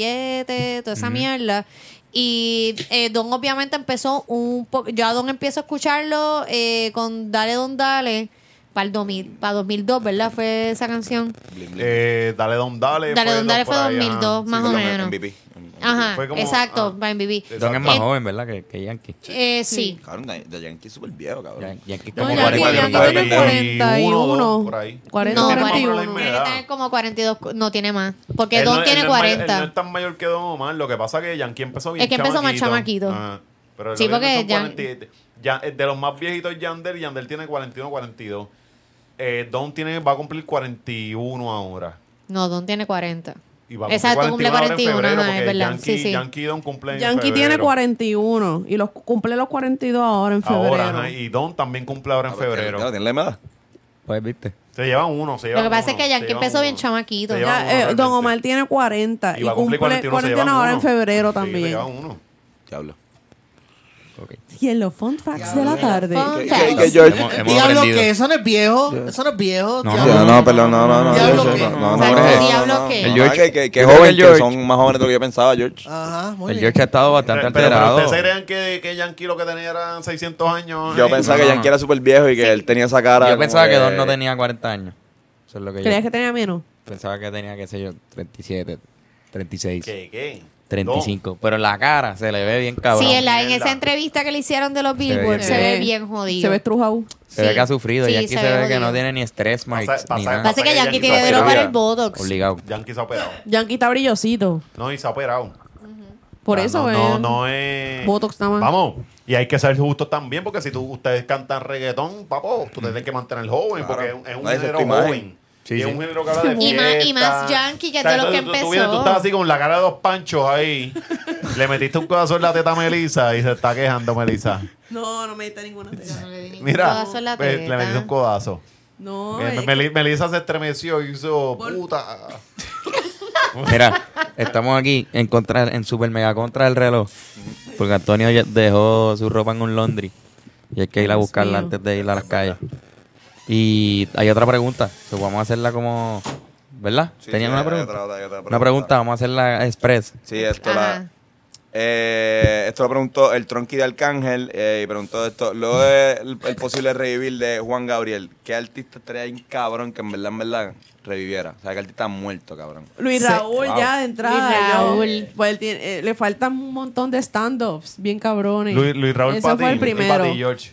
37, toda esa mierda. Y eh, Don obviamente empezó un poco. Yo a Don empiezo a escucharlo eh, con Dale Don Dale para el 2000, para 2002, ¿verdad? Fue esa canción. Blim, blim. Eh, dale Don Dale. Dale Don dos Dale por fue ahí, ajá. 2002, Sí, más fue o como menos. MVP. Ajá, Fue como- exacto, ah. para MVP. Don es más Eh, joven, ¿verdad? Que, que Yankee. Eh, sí. Cabrón, de, de Yankee es súper viejo, cabrón. Yan- Yankee es No, como ya aquí, 40. ya aquí cuarenta tiene y 41. dos, por ahí. 40, No, Tiene más o 41. menos la misma Tiene edad. que tener como 42, no tiene más. Porque Él Don no- él tiene no es mayor- 40. él no es tan mayor que Don Omar. Lo que pasa es que Yankee empezó bien Es que empezó más chamaquito. Ajá. Pero Sí, lo que porque tiene son Yan- 47. Ya- eh, de los más viejitos Yandel, Yandel tiene 41, 42. Eh, Don tiene, va a cumplir 41 ahora. No, Don tiene 40. Y va a cumplir Exacto, cumple 41 41, ahora en febrero, ajá, es porque verdad. Yankee, sí, sí. Yankee y Don cumplen en Yankee tiene febrero. 41 y los cumple los 42 ahora en febrero. Ahora, ajá, y Don también cumple ahora en Claro, febrero. tiene la misma edad. Pues viste. Se llevan uno, se Lo llevan que pasa es uno, que se Yankee llevan empezó bien uno. chamaquito. Se Ya, llevan eh, uno realmente. Don Omar tiene 40 y, Y va a cumplir cumple 41, 41, se llevan ahora en uno. febrero Sí, se también. llevan uno. Diablo. Ok. Y en los fun facts de la tarde. Fun Que- facts. que- que George- Hemos- hemos Diablo, aprendido. que eso no es viejo. Eso no es viejo. No, No, no, perdón, no, no, no. Diablo George, que- no, no, no, Exacto, no, no, diablo no, no, que- no, El George- que- que- que yo creo joven, que el que George- son más jóvenes de lo que yo pensaba, George. Ajá, muy El bien. George ha estado bastante Pero, pero, pero alterado. ustedes se crean que, que Yankee lo que tenía eran 600 años. Yo eh? pensaba no, que no, Yankee no. era súper viejo y que él tenía esa cara. Yo como pensaba que Don no tenía 40 años. Eso es lo que yo ¿Creías que tenía menos? pensaba que tenía, qué sé yo, 37, 36, ¿Qué, qué? 35. Pero en la cara se le ve bien cabrón. Sí, en, la- en Mierda. esa entrevista que le hicieron de los ve Billboard bien. se ve Sí. bien jodido. Se ve estrujado. Se ve Sí. que ha sufrido Sí, y aquí se, ve que no tiene ni estrés, Mike. pasa- ni nada. Pasa que Yankee Yankee tiene se dinero para opera. el Botox. Obligado. Don. Yankee se ha operado. Yankee está brillosito. No, y se ha operado. Por Ah, eso eh. no, es. No, no es. Botox nada más. Vamos. Y hay que ser justos también, porque si tú, ustedes cantan reggaetón, papo, tú tienes que mantener el joven, Claro. porque es un- es un No, esa es género tu imagen. joven. Sí, y es sí. un género que habla de Y más- y más fiesta. yankee, que es de lo tú- que tú, empezó. Tú, vienes, tú estás así con la cara de dos panchos ahí. le metiste un codazo en la teta a Melissa y se está quejando Melissa. No, no me diste ninguna teta. Mira, Codazo en la pues, le teta. metiste un codazo. No, Eh, es que- Meli- Melissa se estremeció y hizo Por- puta. Mira, estamos aquí en contra, en super mega contra del reloj. Porque Antonio ya dejó su ropa en un laundry. Y hay que ir a Dios buscarla mío. antes de ir a las calles. Y hay otra pregunta. que vamos a hacerla como. ¿Verdad? Sí, Tenían sí, una hay pregunta. otra- hay otra Una pregunta, vamos a hacerla express. Sí, esto Ajá. la. Eh, esto lo preguntó el Tronqui de Arcángel eh, y preguntó esto. Luego del el posible revivir de Juan Gabriel, ¿qué artista estaría un cabrón que en verdad, en verdad reviviera? O sea, ¿qué artista muerto, cabrón? Luis Sí. Raúl Wow. ya de entrada. Luis ya- Raúl. pues él tiene- eh, le faltan un montón de stand-ups, bien cabrones. Luis, Luis Raúl Ese Pati, fue el Luis primero. Pati George.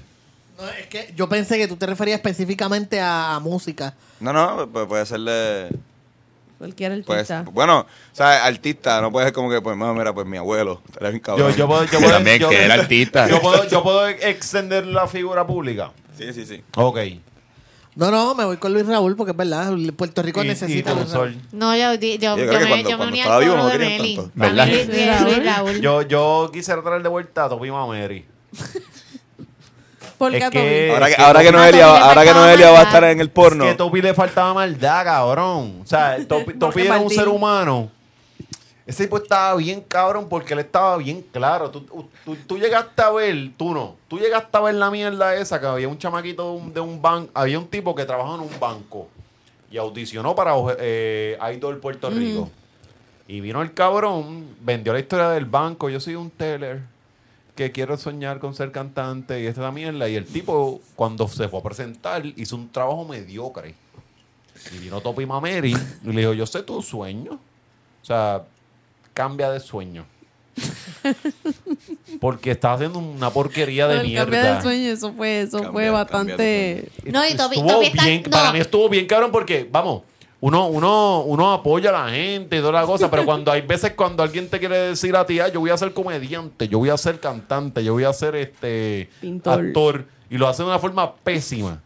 No, es que yo pensé que tú te referías específicamente a, a música. No, no, pues puede ser de. Cualquier Pues, artista. bueno, o sea, artista, no puede ser como que, pues, mira, mira pues mi abuelo, estaría bien Yo, cabrón. yo puedo, yo puedo, También, yo- que era artista. Yo puedo, yo puedo extender la figura pública. Sí, sí, sí. Ok. No, no, me voy con Luis Raúl porque es verdad, Puerto Rico Y- y necesita a con Luis sol. Raúl. No, yo, di- yo, Yo creo yo que me, cuando- yo me cuando uní estaba al vivo coro no de querían Meli. tanto. A mí ¿Verdad? Luis- Luis- Luis Raúl. Yo, yo quisiera traer de vuelta a Topi Mameri. Porque es a Toby- que- Ahora que, Eh, que ahora que Toby- Noelia, va- ahora que Toby me Noelia va a acaba estar de en el porno. Es que Topi le faltaba maldad, cabrón. O sea, Topi, Topi era un Martín. ser humano. Ese tipo estaba bien cabrón porque él estaba bien claro. Tú, tú- tú llegaste a ver, tú no, tú llegaste a ver la mierda esa que había un chamaquito de un, banco, había un tipo que trabajaba en un banco y audicionó para eh, Idol Puerto Rico. Y vino el cabrón, vendió la historia del banco, yo soy un teller que quiero soñar con ser cantante y esta mierda. Y el tipo, cuando se fue a presentar, hizo un trabajo mediocre. Y vino Topi Mameri y le dijo, yo sé tu sueño. O sea, cambia de sueño. Porque estás haciendo una porquería de el cambio de mierda. sueño, eso fue, eso Cambia- fue cambia de bastante. No, y Topi- Estuvo Topi está- bien- no. Para mí estuvo bien cabrón porque, vamos, uno, uno, uno apoya a la gente y toda la cosa, pero cuando hay veces cuando alguien te quiere decir a ti, "Ah, yo voy a ser comediante, yo voy a ser cantante, yo voy a ser este Pintor. actor, y lo hace de una forma pésima.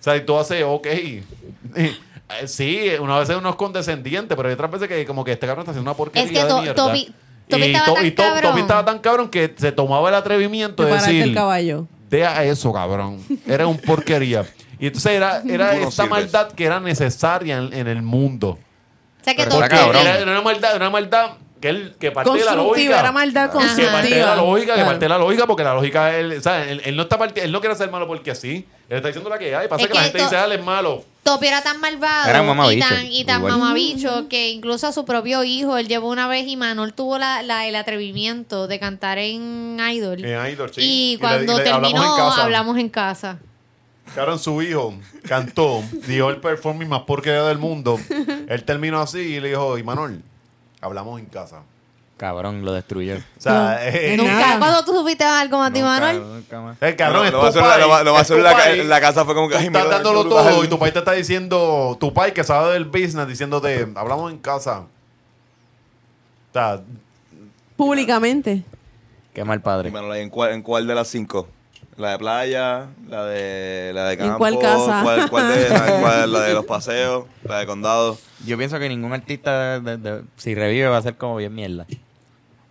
O sea, y tú haces, ok. Eh, Sí, una vez uno es condescendiente, pero hay otras veces que como que este cabrón está haciendo una porquería Es que de To- mierda. Toby- Toby y estaba tan y Toby cabrón. estaba tan cabrón que se tomaba el atrevimiento de que paraste el decir... caballo. Deja eso, cabrón. Era un porquería. Y entonces era, era Tú no esta sirves. maldad que era necesaria en, en el mundo. O sea que Pero Toby- Ah, está cabrón. Era, era una maldad, una maldad que, él- que parte de la Constructiva, lógica. era maldad que constructiva. parte de la lógica, que Claro. parte de la lógica, porque la lógica, él, ¿sabes? Él, él no está parti- él no quiere ser malo porque sí. Él está diciendo la que hay. Pasa Es que, la que gente to- dice, "Ah, él es malo. Topi era tan malvado Era un mamabicho, y tan, y tan igual. mamabicho que incluso a su propio hijo él llevó una vez y Manuel tuvo la, la- el atrevimiento de cantar en Idol. En Idol, Eh, sí. Y Y le- cuando y le- hablamos terminó, en casa. hablamos en casa. Cabrón, su hijo cantó, dio el performing más porquería del mundo. Él terminó así y le dijo, Imanol, hablamos en casa. Cabrón, lo destruyó. O sea, eh, Nunca. Nunca, cuando tú supiste algo más de Nunca, Manuel, Nunca más. El cabrón Lo- es Eh, lo tu va a hacer- país, lo va- lo va a es hacer tu la ca- país. en la casa fue como que, Tú ay, estás mira, dándolo qué todo brutal. y tu país te está diciendo, tu país que sabe del business, diciéndote, hablamos en casa. O sea, Públicamente. Qué mal padre. Bueno, ¿en cuál, ¿en cuál de las cinco? ¿La de playa? ¿La de, la de ¿En campo? cuál casa? ¿Cuál, cuál de, la, cuál- la de los paseos? ¿La de condado? Yo pienso que ningún artista, de- de- si revive, va a ser como bien mierda.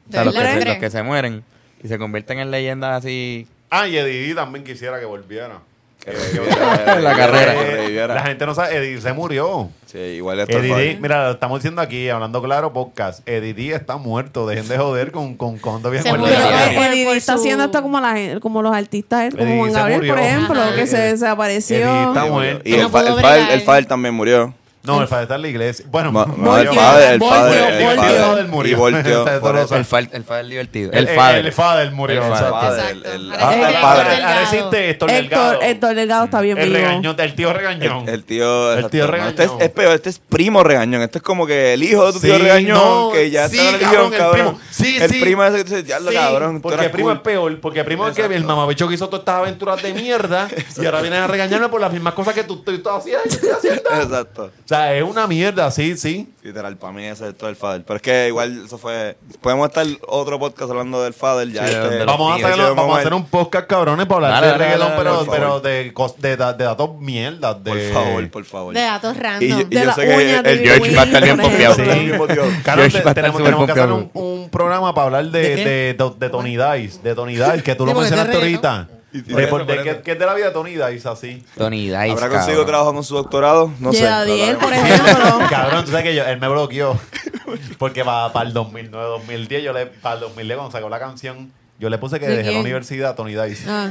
O sea, ¿De los que, verdad? se, los que se mueren y se convierten en leyendas así. ah, y Eddie D también quisiera que volviera. Que Que- reviviera, La que carrera. reviviera. La gente no sabe, Eddie se murió. Sí, igual esto Eddie es D, fácil. mira, lo estamos diciendo aquí, hablando claro, podcast. Eddie D está muerto, dejen de joder con con con gente bien Se muerta. murió. Pero, Por- eh, el por está su- haciendo esto como, la, gen- como los artistas, eh, Eddie como Juan se Gabriel, por murió. ejemplo, Ajá. que se Eddie desapareció. está muerto. Y No el, fa- pudo el, father, bregar. el father también murió. No, el padre está en la iglesia. Bueno, Ma- murió. ma- el Voltio, father, el voltio, father, el voltio. father. Él murió. Y volteó. Esa es por dolorosa. eso. El, fal- el father divertido. El, El, el- father. el father murió. El El exacto. father, Exacto. el- el- Ahora hasta el Ah, padre. ahora- ahora Delgado. existe Héctor Delgado. Héctor, Héctor Delgado está bien el vivo. regañón, el tío regañón. El, el tío, El tío exacto. regañón. Este es, es peor, este es primo regañón. Este es como que el hijo de tu tío Sí, regañón no, que ya sí, está en la religión, cabrón, el primo. Sí, el sí. primo es el que dice, ya lo Sí, cabrón. tú Porque eras primo cool". es peor. Porque primo es que Exacto. el mamabicho que hizo todas estas aventuras de mierda. y ahora vienes a regañarme por las mismas cosas que tú, tú estás haciendo. yo estoy haciendo. Exacto. O sea, es una mierda, sí, sí. Literal, para mí ese es todo el Fader. Pero es que igual eso fue. Podemos estar otro podcast hablando del Fader. Ya Sí, este- de los Vamos a, tíos. hacer, Ese vamos a momento- hacer un podcast, cabrones, para hablar Dale, de dale, reggaetón, dale, pero, dale, por pero favor. de, cos- de, da- de datos mierdas. De... Por favor, por favor. De datos Y, yo- random. y De yo la sé que uña el, de el George George va a estar bien por pompeado. ejemplo. el mismo tío. Claro, Yo te- iba a estar tenemos, súper tenemos que hacer un, confiado. un programa para hablar de, ¿De de, qué? to- de Tony Dice, de Tony Dice, que tú Sí, lo porque mencionaste es de ahorita. Y- y- De, por- de- por- que, que es de la vida de Tony Dice, así. Tony Dice. ¿Habrá conseguido cabrón. trabajo con su doctorado? No sé. Yeah, Adiel, por Hablaremos. ejemplo. Cabrón, tú sabes que yo, él me bloqueó. Porque para, el 2009, 2010, yo le, para el 2010, cuando sacó la canción, yo le puse que ¿De dejé la quién? universidad a Tony Dice. Ah.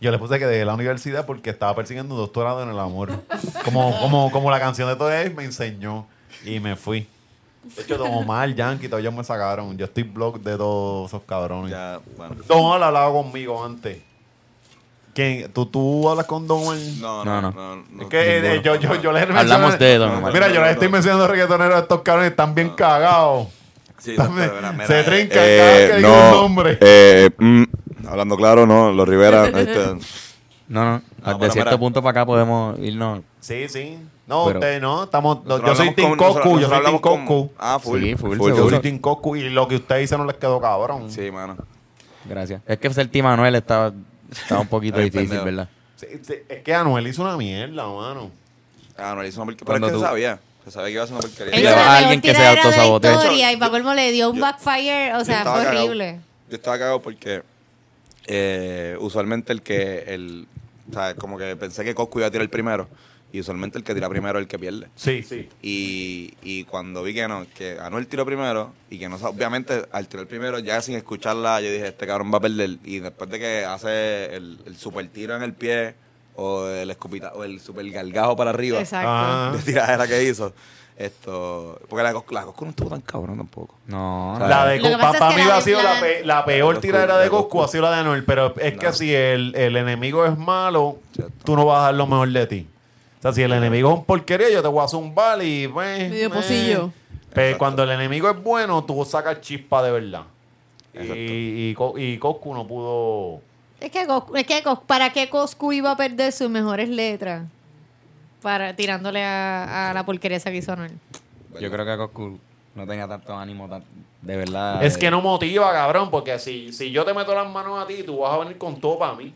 Yo le puse que dejé la universidad porque estaba persiguiendo un doctorado en el amor. Como, como, como la canción de Tony Dice me enseñó y me fui. De hecho, Don Omar, Yankee, todos ellos me sacaron. Yo estoy blog de todos esos cabrones. Ya, bueno. Don Omar hablaba conmigo antes. ¿Quién? ¿Tú, tú hablas con Don Omar? No, No, no, no. no. Es que eh, yo, yo, yo les Hablamos de Don Omar. Mira, yo les estoy mencionando reggaetoneros a estos cabrones están bien cagados. Sí, Están doctor, bien- mira, mira, se eh, trincan cada vez que digo un nombre. eh, mm, hablando claro, no, los Rivera. este, No, no. Ah, de bueno, cierto mira. punto para acá podemos irnos. Sí, sí. No, Pero- ustedes no. Estamos, no, yo nosotros soy hablamos Team con- Coscu. nosotros- Yo soy Team nosotros hablamos con- Coscu. Ah, full. Sí, full, pues Yo soy seguro. Team Coscu y lo que ustedes hicieron les quedó cabrón. Sí, mano. Gracias. Es que ser Team Manuel estaba, estaba un poquito Ay, difícil, pendejo. ¿verdad? Sí, sí, Es que Anuel hizo una mierda, mano. Ah, no, le hizo una porquería. Pero Cuando es que tú- se sabía. Se sabía que iba a ser una Él Él porquería. Claro, era a la alguien alguien que se que se autosabotea. autosabotea. historia y Yo- para colmo le dio un yo- backfire, o sea, Yo estaba fue cagado. horrible. Yo estaba cagado porque eh, usualmente el que. El, o sea, como que pensé que Coscu iba a tirar primero. Y usualmente el que tira primero es el que pierde. Sí, sí. Y, y cuando vi que no, que Anuel tiró primero y que no, sa- obviamente al tirar primero, ya sin escucharla, yo dije, este cabrón va a perder. Y después de que hace el, el super tiro en el pie o el escupita o el super gargajo para arriba, Exacto. Ah. de tiradera que hizo, esto. Porque la, cos- la Coscu no estuvo tan cabrón tampoco. No, Claro. La de Lo que Coscu, pasa es para que mí la ha de sido la, Plan- pe- la peor Coscu, tiradera la de de Coscu, Coscu. ha sido la de Anuel, pero es que No. si el, el enemigo es malo, Cierto. tú no vas a dar lo mejor de ti. O sea, si el enemigo es un porquería, yo te voy a zumbar y... pues, Medio pues. pocillo. Pero Exacto. cuando el enemigo es bueno, tú sacas chispa de verdad. Exacto. Y, y, Co- y Coscu no pudo... Es que, Cos- es que Cos- ¿para qué Coscu iba a perder sus mejores letras? Para, tirándole a, a la porquería esa que hizo Anuel. yo creo que Coscu no tenía tanto ánimo, tan- de verdad. Es de- que no motiva, cabrón, porque si, si yo te meto las manos a ti, tú vas a venir con todo para mí.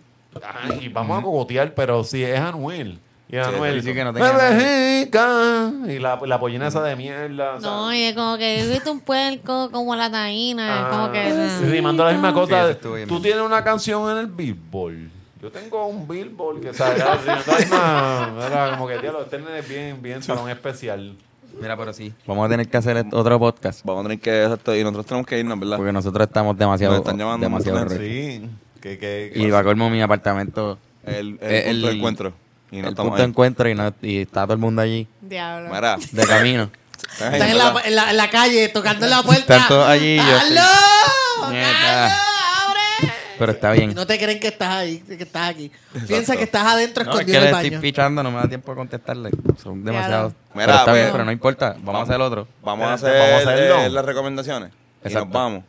Ay, y vamos a cogotear, pero si es Anuel. Y Anuel. sí que no tenga nada. "Rebeca", y la, la pollina esa de mierda. No, Ah, ¿sabes? y es como que viste un puerco como la taína. Ah, es como que. sí, Rimando la misma Sí, eso cosa. estuvo bien Tú bien. tienes una canción en el Billboard. Yo tengo un Billboard que salga rimando la misma. Era como que, tío, este nene es bien, bien salón especial. Mira, pero sí. Vamos a tener que hacer est- otro podcast. Vamos a tener que. exacto, Y nosotros tenemos que irnos, ¿verdad? Porque nosotros estamos demasiado. Nos están llamando demasiado mucho, re- Sí. Que, que, Y va colmo mi apartamento. El, el, Eh, punto de el- encuentro. Y no el estamos punto ahí. de encuentro y, no- y está todo el mundo allí. Diablo. Mira, De camino. están ahí, Están en ¿verdad? la, en la- en la calle tocando la puerta. Están todos allí, yo estoy- ¡Aló! Mierda. ¡Aló! ¡Abre! Pero está Y bien. no te creen que estás ahí, que estás aquí. Piensa Exacto. que estás adentro No, es escondido que le en el estoy baño. pichando, no me da tiempo de contestarle. Son demasiados. Mira, pero está pues- bien, pero no importa. Vamos, a hacer otro. Vamos a hacer, Espérate, vamos a hacerlo. eh, las recomendaciones. Exacto. Y nos vamos.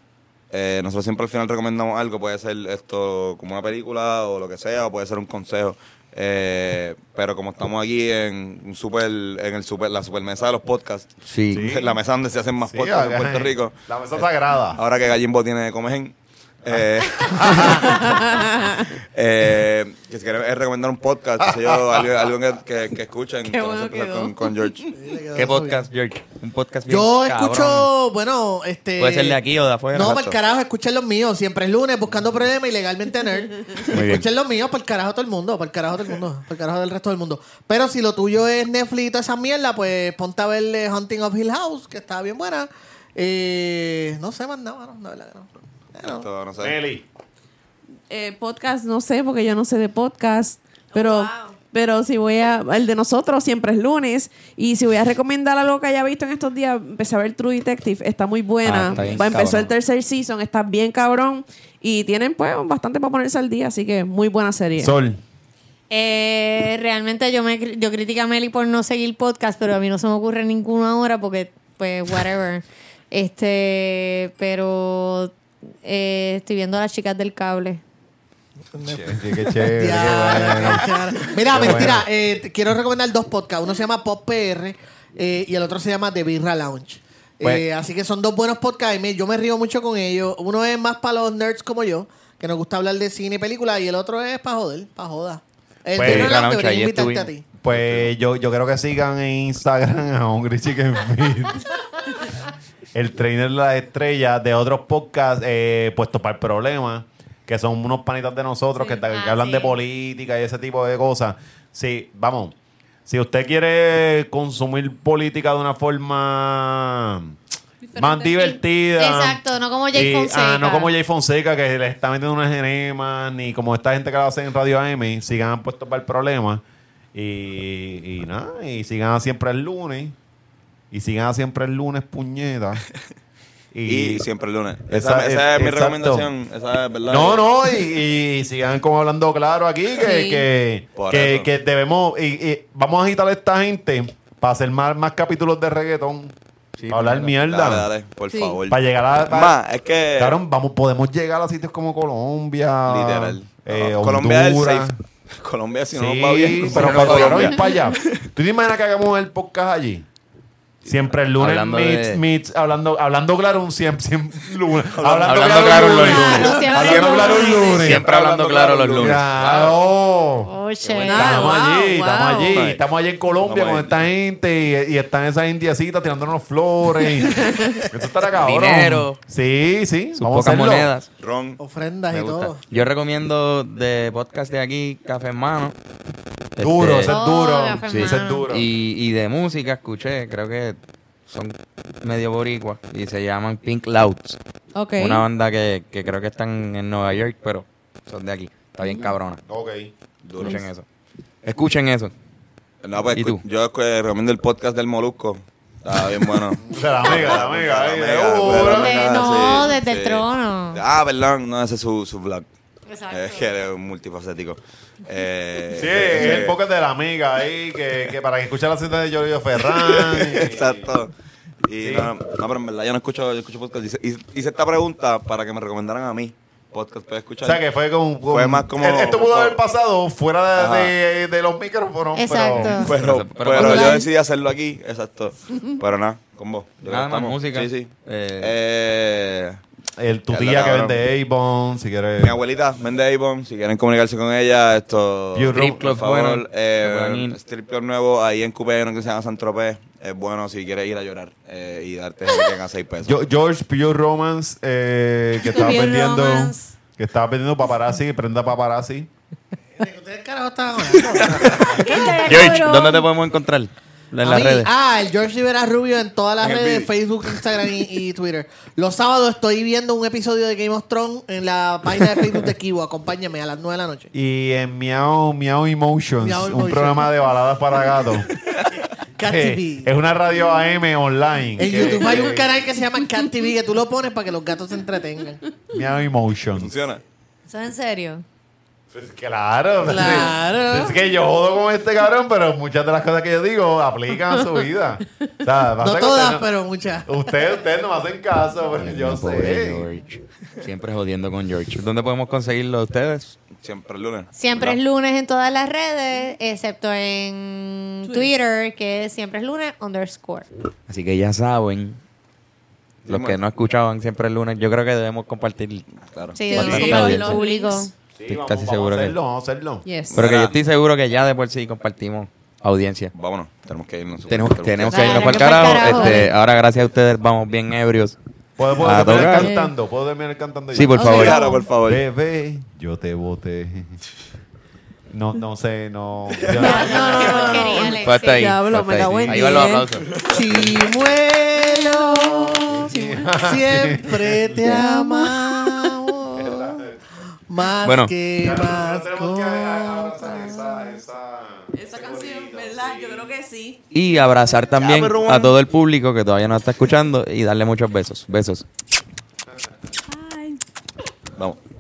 Eh, nosotros siempre al final recomendamos algo. Puede ser esto como una película o lo que sea, o puede ser un consejo. Eh, pero como estamos aquí en un super, en el super, la super mesa de los podcasts, Sí. Sí. la mesa donde se hacen más Sí, podcasts en acá, Puerto Rico. La mesa sagrada. Ahora que Gallimbo tiene comején. Ah. Eh, eh, que si quieren eh, recomendar un podcast, qué sé yo, algo, algo que, que- que escuchen, Qué bueno entonces empezar quedó. con, con George. ¿Qué podcast, George? Un podcast bien Yo cabrón. escucho, bueno, este. Puede ser de aquí o de afuera. No, para el Exacto. carajo, escuchen los míos. Siempre es lunes buscando problemas ilegalmente nerd. bien. Escuchen los míos, para el carajo todo el mundo, para el carajo todo el mundo, para el carajo del resto del mundo. Pero si lo tuyo es Netflix y toda esa mierda, pues ponte a ver eh, Hunting of Hill House, que está bien buena. Eh, no sé más nada, mano, de verdad que no. Bueno, Esto, no sé. Nelly. Eh, podcast, no sé, porque yo no sé de podcast. Pero, pero si voy a. El de nosotros siempre es lunes. Y si voy a recomendar algo que haya visto en estos días, empecé a ver True Detective. Está muy buena. Ah, está bien Va, empezó cabrón. el tercer season. Está bien cabrón. Y tienen, pues, bastante para ponerse al día. Así que muy buena serie. Sol. Eh, realmente yo me cri- yo critico a Meli por no seguir podcast, pero a mí no se me ocurre ninguno ahora porque, pues, whatever. este, pero eh, estoy viendo a las chicas del cable. Qué qué chévere. Ya, qué bueno. ya, ya. Mira, Qué mentira, bueno. eh, te quiero recomendar dos podcasts. Uno se llama Pop PR eh, y el otro se llama The Birra Lounge. Eh, Pues Bueno. así que son dos buenos podcasts y me- yo me río mucho con ellos. Uno es más para los nerds como yo, que nos gusta hablar de cine y películas, y el otro es para joder, para joda. El Pues, de Birra Birra Lounge Lounge, debería ahí invitarte a ti. estuvimos. Pues yo, yo creo que sigan en Instagram a Hungry Chicken Feed. el trainer de las estrellas de otros podcasts eh, puestos para el problema, que son unos panitas de nosotros que, ta- que Ah, hablan de sí. política y ese tipo de cosas. Sí, vamos. Si usted quiere consumir política de una forma más divertida. Exacto, no como Jay y- Fonseca. Ah, no como Jay Fonseca, que le está metiendo unas enemas, ni como esta gente que lo hace en Radio AM, sigan puestos para el problema. Y, y nada, y sigan siempre el lunes. Y sigan siempre el lunes, puñeta. Y siempre el lunes. Esa, Esa- esa es mi exacto. recomendación. Esa es verdad. No, no, y, y sigan como hablando claro aquí, que, Sí. que, Por que- eso. que debemos, y, y vamos a agitar a esta gente para hacer más, más capítulos de reggaetón. para hablar mierda. Dale, dale, por Sí. favor. Para llegar a... pa- Más, eh. es que. Cabrón, vamos, podemos llegar a sitios como Colombia. Literal. eh, No, Colombia es el Honduras. safe. Colombia, si Sí, no nos va bien. pero no, para Colombia. para allá. ¿Tú te imaginas que hagamos el podcast allí? Siempre el lunes Hablando meets, de- meets, hablando, hablando claro un siempre, siempre lunes. Hablando, hablando claro un los lunes. lunes. Claro, siempre Hablando los claro un lunes. lunes. Siempre hablando claro los lunes. Claro. Oye. buena. Estamos Ah, allí, wow, estamos allí, wow. estamos allí en Colombia Estamos con ahí. esta gente y, y están esas indiecitas tirándonos flores. Eso estará cabrón. Dinero. Sí, sí. Sus vamos a pocas hacerlo. monedas. Ron. Ofrendas Me y gusta. todo. Yo recomiendo de podcast de aquí, Café en Mano. Duro, ese Este, es duro. Oh, Sí, ese es duro. y, y de música escuché, creo que son medio boricua y se llaman Pink Louds. Ok. Una banda que, que creo que están en Nueva York, pero son de aquí. Está bien cabrona. Ok. Escuchen eso. Escuchen eso. No, pues, ¿Y tú? Yo eh, recomiendo el podcast del Molusco. Está bien bueno. De la mega, de la mega. ahí, De de la mega, una. de la mega. Eh, Ah, no, sí, desde sí. el trono. Ah, perdón, no, ese es su, su vlog. Exacto. Es que eres un multifacético. Eh, Sí, eh, es el podcast de la amiga ahí, que, que para que escuche la cinta de Yorio Ferran. y- Exacto. Y Sí. no, no, pero en verdad yo no escucho, yo escucho podcast. Hice, hice- hice esta pregunta para que me recomendaran a mí. Podcast puedes O escuchar. sea que fue como. como- Fue más como- Esto pudo haber pasado fuera de, de- de los micrófonos. Exacto. Pero, Pero- pero, pero yo popular. decidí hacerlo aquí, exacto. Pero nada, con vos. Yo creo Nada que más estamos. música. Sí, Eh, sí. Eh, Pero el tu Ya, tía que cabrón. vende Avon, si quieres. mi abuelita, Mende Avon, si quieren comunicarse con ella, esto. You Strip Por Por Club favor, bueno. eh, se pueden ir. strip club nuevo ahí en Coupé, uno que se llama San Tropez. Es bueno si quieres ir a llorar eh, y darte que a 6 pesos. Yo- George Pure Romance, eh, que estaba Pure vendiendo. Romance. Que estaba vendiendo paparazzi, prenda paparazzi. ¿Ustedes carajo están hablando? George, ¿dónde te podemos encontrar? En A las mí- redes. Ah, el George Rivera Rubio en todas las En el redes, vídeo. Facebook, Instagram y, y Twitter. Los sábados estoy viendo un episodio de Game of Thrones en la página de Facebook de Kibo. Acompáñame a las 9 de la noche. Y en Meow, Meow Emotions, Meow un Emotions. programa de baladas para gatos. Cat que Eh, TV. es una radio AM online. En que- YouTube hay un que- canal que se llama Cat TV que tú lo pones para que los gatos se entretengan. Meow Emotions. Pues, ¿Funciona? ¿Eso es en serio? Claro, Claro. Es que yo jodo con este cabrón, pero muchas de las cosas que yo digo aplican a su vida. O sea, pasa No que todas, usted pero muchas. no- Ustedes, ustedes no me hacen caso, pero yo Pobre sé. George. Siempre jodiendo con George. ¿Dónde podemos conseguirlo a ustedes? Siempre el lunes. Siempre ¿verdad? es lunes en todas las redes, excepto en Twitter, que siempre es lunes underscore. Así que ya saben. Los que no escuchaban siempre el lunes, yo creo que debemos compartir. Claro. Sí, Sí, debemos sí, compartir los el público. links. Estoy casi vamos a seguro que- hacerlo, vamos a hacerlo. Yes. Pero que yo Mira. estoy seguro que ya de por sí compartimos audiencia. Vámonos, tenemos que irnos. Tenemos, tenemos que Claro, irnos para el que pa'l carajo. carajo. Este, ahora, gracias a ustedes, vamos bien ebrios. ¿Puedo, puedo A terminar tocar. cantando? ¿Puedo terminar cantando yo? Ah, Sí, por Ok. favor. Claro, por favor. Bebé, yo te boté. No, no sé, no. yo- No, no, no, no. Quería, no. Alex. Falta ahí. Diablo, falta me cago ahí. en Ahí van los diez. aplausos. Chimuelo, siempre te amamos. Más Bueno. que más Tenemos que abrazar cosas. esa- esa- Esa canción, ¿verdad? Yo creo que sí. Y abrazar también Ya, pero bueno. a todo el público que todavía nos está escuchando y darle muchos besos. Besos. Vamos.